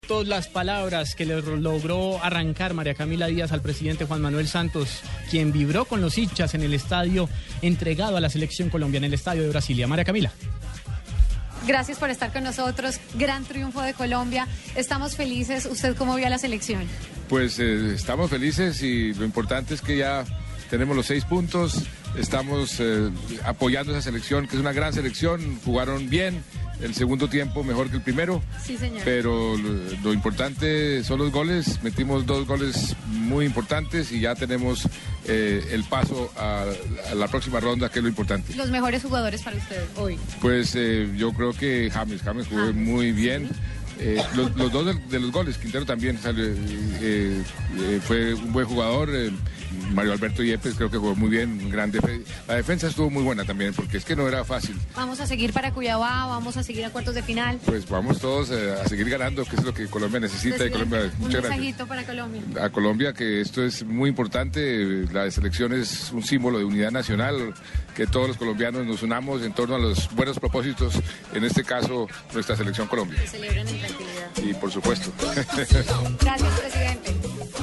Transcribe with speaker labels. Speaker 1: minutos las palabras que le logró arrancar María Camila Díaz al presidente Juan Manuel Santos, quien vibró con los hinchas en el estadio entregado a la selección colombiana, en el estadio de Brasilia. María Camila.
Speaker 2: Gracias por estar con nosotros. Gran triunfo de Colombia. Estamos felices. ¿Usted cómo vio a la selección?
Speaker 3: Pues eh, estamos felices y lo importante es que ya tenemos los seis puntos. Estamos eh, apoyando esa selección, que es una gran selección. Jugaron bien el segundo tiempo mejor que el primero.
Speaker 2: Sí, señor.
Speaker 3: Pero lo, lo, importante son los goles. Metimos dos goles muy importantes y ya tenemos eh, el paso a, a, la próxima ronda, que es lo importante.
Speaker 2: ¿Los mejores jugadores para ustedes hoy?
Speaker 3: Pues eh, yo creo que James. James jugó James, muy bien. Sí. Eh, los, los, dos de, de, los goles, Quintero también salió, eh, fue un buen jugador. eh, Mario Alberto Yepes creo que jugó muy bien, gran defen la defensa estuvo muy buena también, porque es que no era fácil.
Speaker 2: Vamos a seguir para Cuyabá, vamos a seguir a cuartos de final.
Speaker 3: Pues vamos todos eh, a seguir ganando, que es lo que Colombia necesita.
Speaker 2: Presidente,
Speaker 3: y Colombia,
Speaker 2: un mensajito gracias. para Colombia.
Speaker 3: A Colombia, que esto es muy importante, la selección es un símbolo de unidad nacional, que todos los colombianos nos unamos en torno a los buenos propósitos, en este caso nuestra selección Colombia.
Speaker 2: Que celebren en tranquilidad.
Speaker 3: Y por supuesto.
Speaker 2: gracias, presidente.